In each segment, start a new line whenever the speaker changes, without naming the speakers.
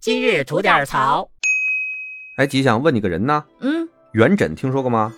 今日吐点槽。
哎，吉祥问你个人呢，
嗯，
元稹听说过吗？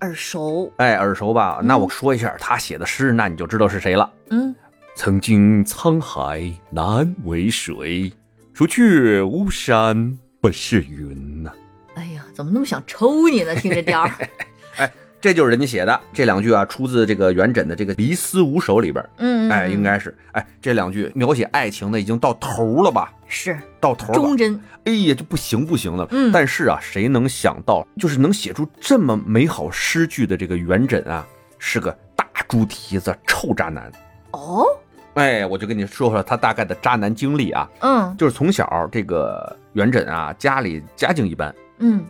耳熟。
哎，耳熟吧？那
嗯
我说一下他写的诗，那你就知道是谁了。
嗯，
曾经沧海难为水，除却巫山不是云呐、
哎呀，怎么那么想抽你呢？听这调 儿。
这就是人家写的这两句啊，出自这个元稹的这个《离思五首》里边。
嗯，嗯
哎，应
嗯
该是哎，这两句描写爱情的已经到头了吧？
是
到头了吧
忠。贞。
哎呀，这不行不行的。
嗯
但是啊，谁能想到，就是能写出这么美好诗句的这个元稹啊，是个大猪蹄子、臭渣男。
哦，
哎，我就跟你说说他大概的渣男经历啊，
嗯
就是从小这个元稹啊，家里家境一般，
嗯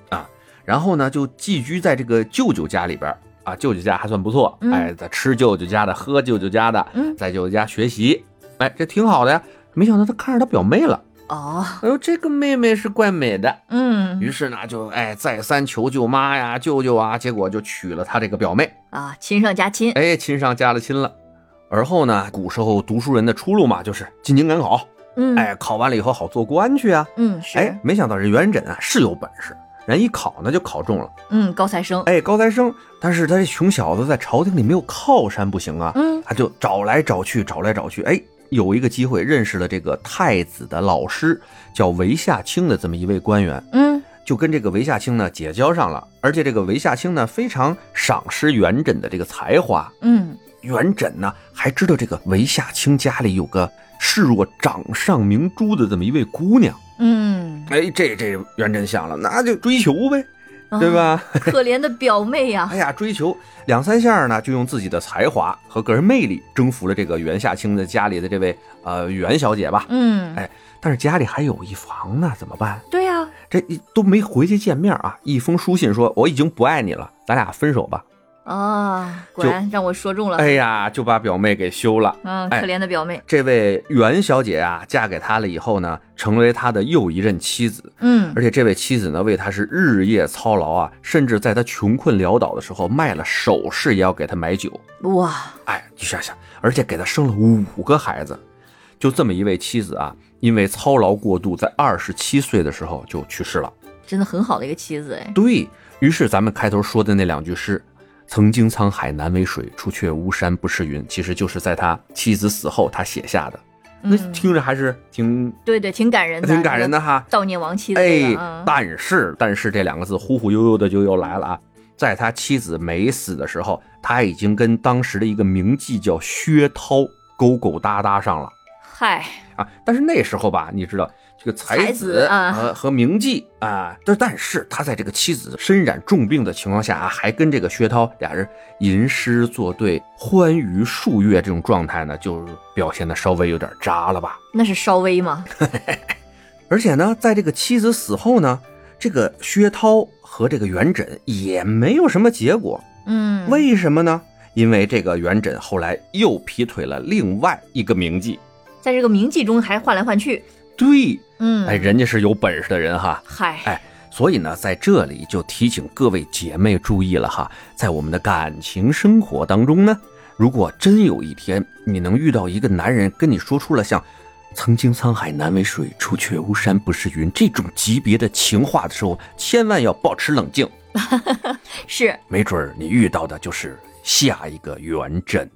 然后呢就寄居在这个舅舅家里边儿啊，舅舅家还算不错，
嗯
哎，在吃舅舅家的，喝舅舅家的，
嗯
在舅舅家学习，哎，这挺好的呀。没想到他看上他表妹了，
哦，
哎呦，这个妹妹是怪美的，
嗯
于是呢，就哎再三求舅妈呀、舅舅啊，结果就娶了他这个表妹，
啊，亲上加亲。
哎，亲上加了亲了。而后呢，古时候读书人的出路嘛，就是进京赶考，
嗯
哎，考完了以后好做官去啊。
嗯是
哎，没想到这元稹啊是有本事，人一考呢就考中了，
嗯高材生。
哎，高材生。但是他这穷小子在朝廷里没有靠山，不行啊，
嗯
他就找来找去，找来找去，哎。有一个机会认识了这个太子的老师，叫韦夏卿的这么一位官员，
嗯
就跟这个韦夏卿呢结交上了，而且这个韦夏卿呢非常赏识元稹的这个才华，
嗯
元稹呢还知道这个韦夏卿家里有个视若掌上明珠的这么一位姑娘，
嗯，
哎，这这元稹想了，那就追求呗，对
啊？
吧？
可怜的表妹呀。
哎呀，追求两三下呢，就用自己的才华和个人魅力征服了这个袁夏卿的家里的这位呃袁小姐吧。
嗯，
哎但是家里还有一房呢，怎么办？
对呀。
这一都没回去见面啊！一封书信说我已经不爱你了，咱俩分手吧。
啊，果
就
然让我说中了。
哎呀，就把表妹给休了。
嗯，
哎
可怜的表妹。
这位袁小姐啊，嫁给他了以后呢，成为他的又一任妻子，
嗯
而且这位妻子呢，为他是日夜操劳啊，甚至在他穷困潦倒的时候，卖了首饰也要给他买酒。
哇，
哎，你想想，而且给他生了五个孩子，就这么一位妻子啊，因为操劳过度，在二十七岁的时候就去世了。
真的很好的一个妻子哎。
对于是咱们开头说的那两句诗“曾经沧海难为水，除却巫山不是云”，其实就是在他妻子死后他写下的。那
嗯
听着还是挺
对对，挺感人的，
挺感人的
这
哈
个。悼念亡妻的这
哎
个，嗯，
但是但是这两个字忽忽悠悠的就又来了啊！在他妻子没死的时候，他已经跟当时的一个名妓叫薛涛勾勾搭搭上了。
嗨，
啊，但是那时候吧，你知道这个才呃
才子啊
和和名妓啊，但但是他在这个妻子身染重病的情况下啊，还跟这个薛涛俩人吟诗作对，欢愉数月这种状态呢，就是表现的稍微有点渣了吧。
那是稍微吗？
而且呢，在这个妻子死后呢，这个薛涛和这个元稹也没有什么结果，
嗯，
为什么呢？因为这个元稹后来又劈腿了另外一个名妓。
在这个名妓中还换来换去，
对，
嗯，
哎，人家是有本事的人哈。
嗨，
哎，所以呢，在这里就提醒各位姐妹注意了哈，在我们的感情生活当中呢，如果真有一天你能遇到一个男人跟你说出了像“曾经沧海难为水，除却巫山不是云”这种级别的情话的时候，千万要保持冷静，
是
没准儿你遇到的就是下一个元稹。